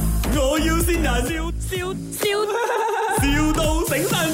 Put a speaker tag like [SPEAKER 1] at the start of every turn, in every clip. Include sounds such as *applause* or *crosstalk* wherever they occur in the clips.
[SPEAKER 1] 要先人，笑笑笑，,笑到醒神。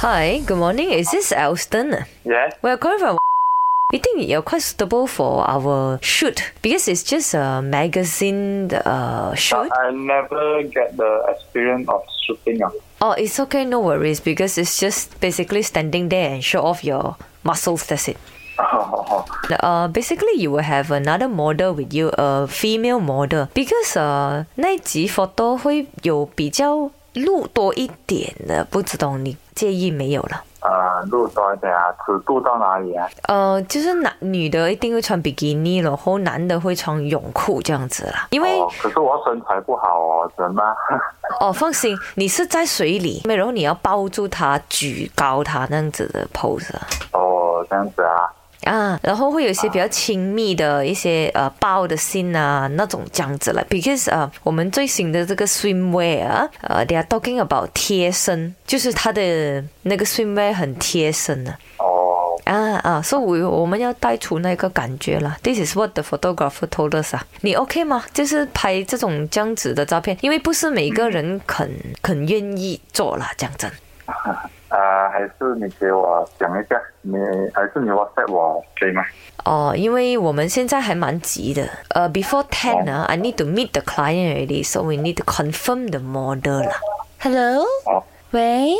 [SPEAKER 2] Hi, good morning. Is this Alston?
[SPEAKER 3] Yes.
[SPEAKER 2] We are calling from. *laughs* We think you're quite suitable for our shoot because it's just a magazine uh, shoot.
[SPEAKER 3] But I never get the experience of shooting. *laughs* ah.
[SPEAKER 2] Oh, it's okay, no worries because it's just basically standing there and show off your muscles. That's it. Uh, basically, you will have another model with you, a female model, because uh, 那一集 photo 会有比较露多一点的，不知道你介意没有了？
[SPEAKER 3] 呃，路多一点啊，尺度到哪里啊？
[SPEAKER 2] 呃，就是男女的一定会穿比基尼，然后男的会穿泳裤这样子啦。因为
[SPEAKER 3] 哦，可是我身材不好哦，怎么？
[SPEAKER 2] 哦，放心，你是在水里，然后你要抱住它，举高它那样子的 pose 啊。
[SPEAKER 3] *laughs* 哦，这样子啊，
[SPEAKER 2] 啊，然后会有一些比较亲密的一些呃抱的信啊那种这样子了，because 呃我们最新的这个 swimwear 啊呃 they are talking about 贴身，就是它的那个 swimwear 很贴身啊。
[SPEAKER 3] 哦，
[SPEAKER 2] 啊啊，所以我我们要带出那个感觉了。This is what the photographer told us 啊，你 OK 吗？就是拍这种这样子的照片，因为不是每个人肯肯愿意做啦，讲真。
[SPEAKER 3] 呃，还是你给我讲一下，你还是你 WhatsApp 我可以吗？
[SPEAKER 2] 哦，因为我们现在还蛮急的。呃、b e f o r e ten 啊、i need to meet the client already，so we need to confirm the model 啦。
[SPEAKER 4] Hello，
[SPEAKER 3] 哦，
[SPEAKER 4] 喂，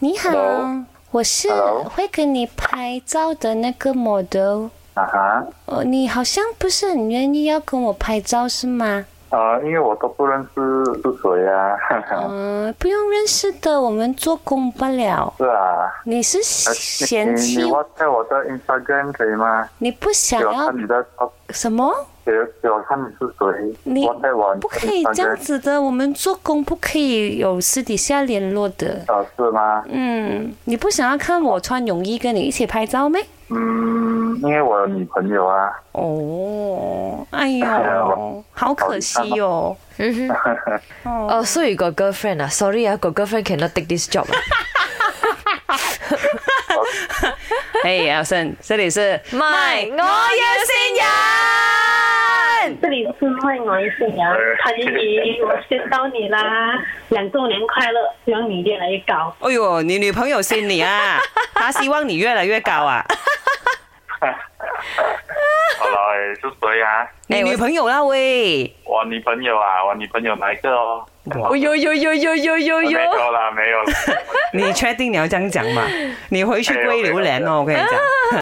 [SPEAKER 4] 你好
[SPEAKER 3] Hello
[SPEAKER 4] 我是
[SPEAKER 3] Hello
[SPEAKER 4] 会给你拍照的那个 model。
[SPEAKER 3] 啊哈，
[SPEAKER 4] 哦，你好像不是很愿意要跟我拍照是吗？
[SPEAKER 3] 呃，因为我都不认识是谁啊， *laughs*
[SPEAKER 4] 嗯、不用认识的，我们做工不了。
[SPEAKER 3] 是啊，
[SPEAKER 4] 你是
[SPEAKER 3] 呃
[SPEAKER 4] 嫌
[SPEAKER 3] 你
[SPEAKER 4] 弃
[SPEAKER 3] 你 WhatsApp 我的 Instagram 可以吗？
[SPEAKER 4] 你不想
[SPEAKER 3] 给我
[SPEAKER 4] 要
[SPEAKER 3] 看你的照，
[SPEAKER 4] 什么？
[SPEAKER 3] 给给我看你是谁
[SPEAKER 4] 你
[SPEAKER 3] ，WhatsApp 我
[SPEAKER 4] 不可以这样
[SPEAKER 3] Instagram，
[SPEAKER 4] 子的，我们做工不可以有私底下联络的。
[SPEAKER 3] 呃，是吗？
[SPEAKER 4] 嗯，你不想要看我穿泳衣跟你一起拍照咩？
[SPEAKER 3] 嗯，因为我有女朋友 *laughs* 啊。
[SPEAKER 4] 哦，哎
[SPEAKER 3] 呀
[SPEAKER 4] 呦
[SPEAKER 3] 我，
[SPEAKER 4] 好可惜哦。
[SPEAKER 2] 嗯哼，
[SPEAKER 4] 哦，
[SPEAKER 2] 哦，所以个 girlfriend 啊，sorry 啊，个 girlfriend cannot take this job 啊。
[SPEAKER 4] 哎，阿生，这里是
[SPEAKER 2] 咪，我
[SPEAKER 4] 啊
[SPEAKER 2] 要先人。
[SPEAKER 5] 这里是卖萌信阳，谭怡怡，我先到你啦！两周年快乐，希望你越来越高。
[SPEAKER 6] 哎呦，你女朋友信你啊，她希望你越来越高啊。
[SPEAKER 3] 好了，哎是谁啊？
[SPEAKER 6] 你女朋友啦喂，
[SPEAKER 3] 我女朋友啊，我女朋友哪一个哦？
[SPEAKER 2] 哦呦呦呦呦呦呦
[SPEAKER 4] 哎
[SPEAKER 2] 呦！
[SPEAKER 3] 没有啦，没有啦。
[SPEAKER 6] 你确定你要这样讲吗？你回去归榴莲哦，我跟你讲。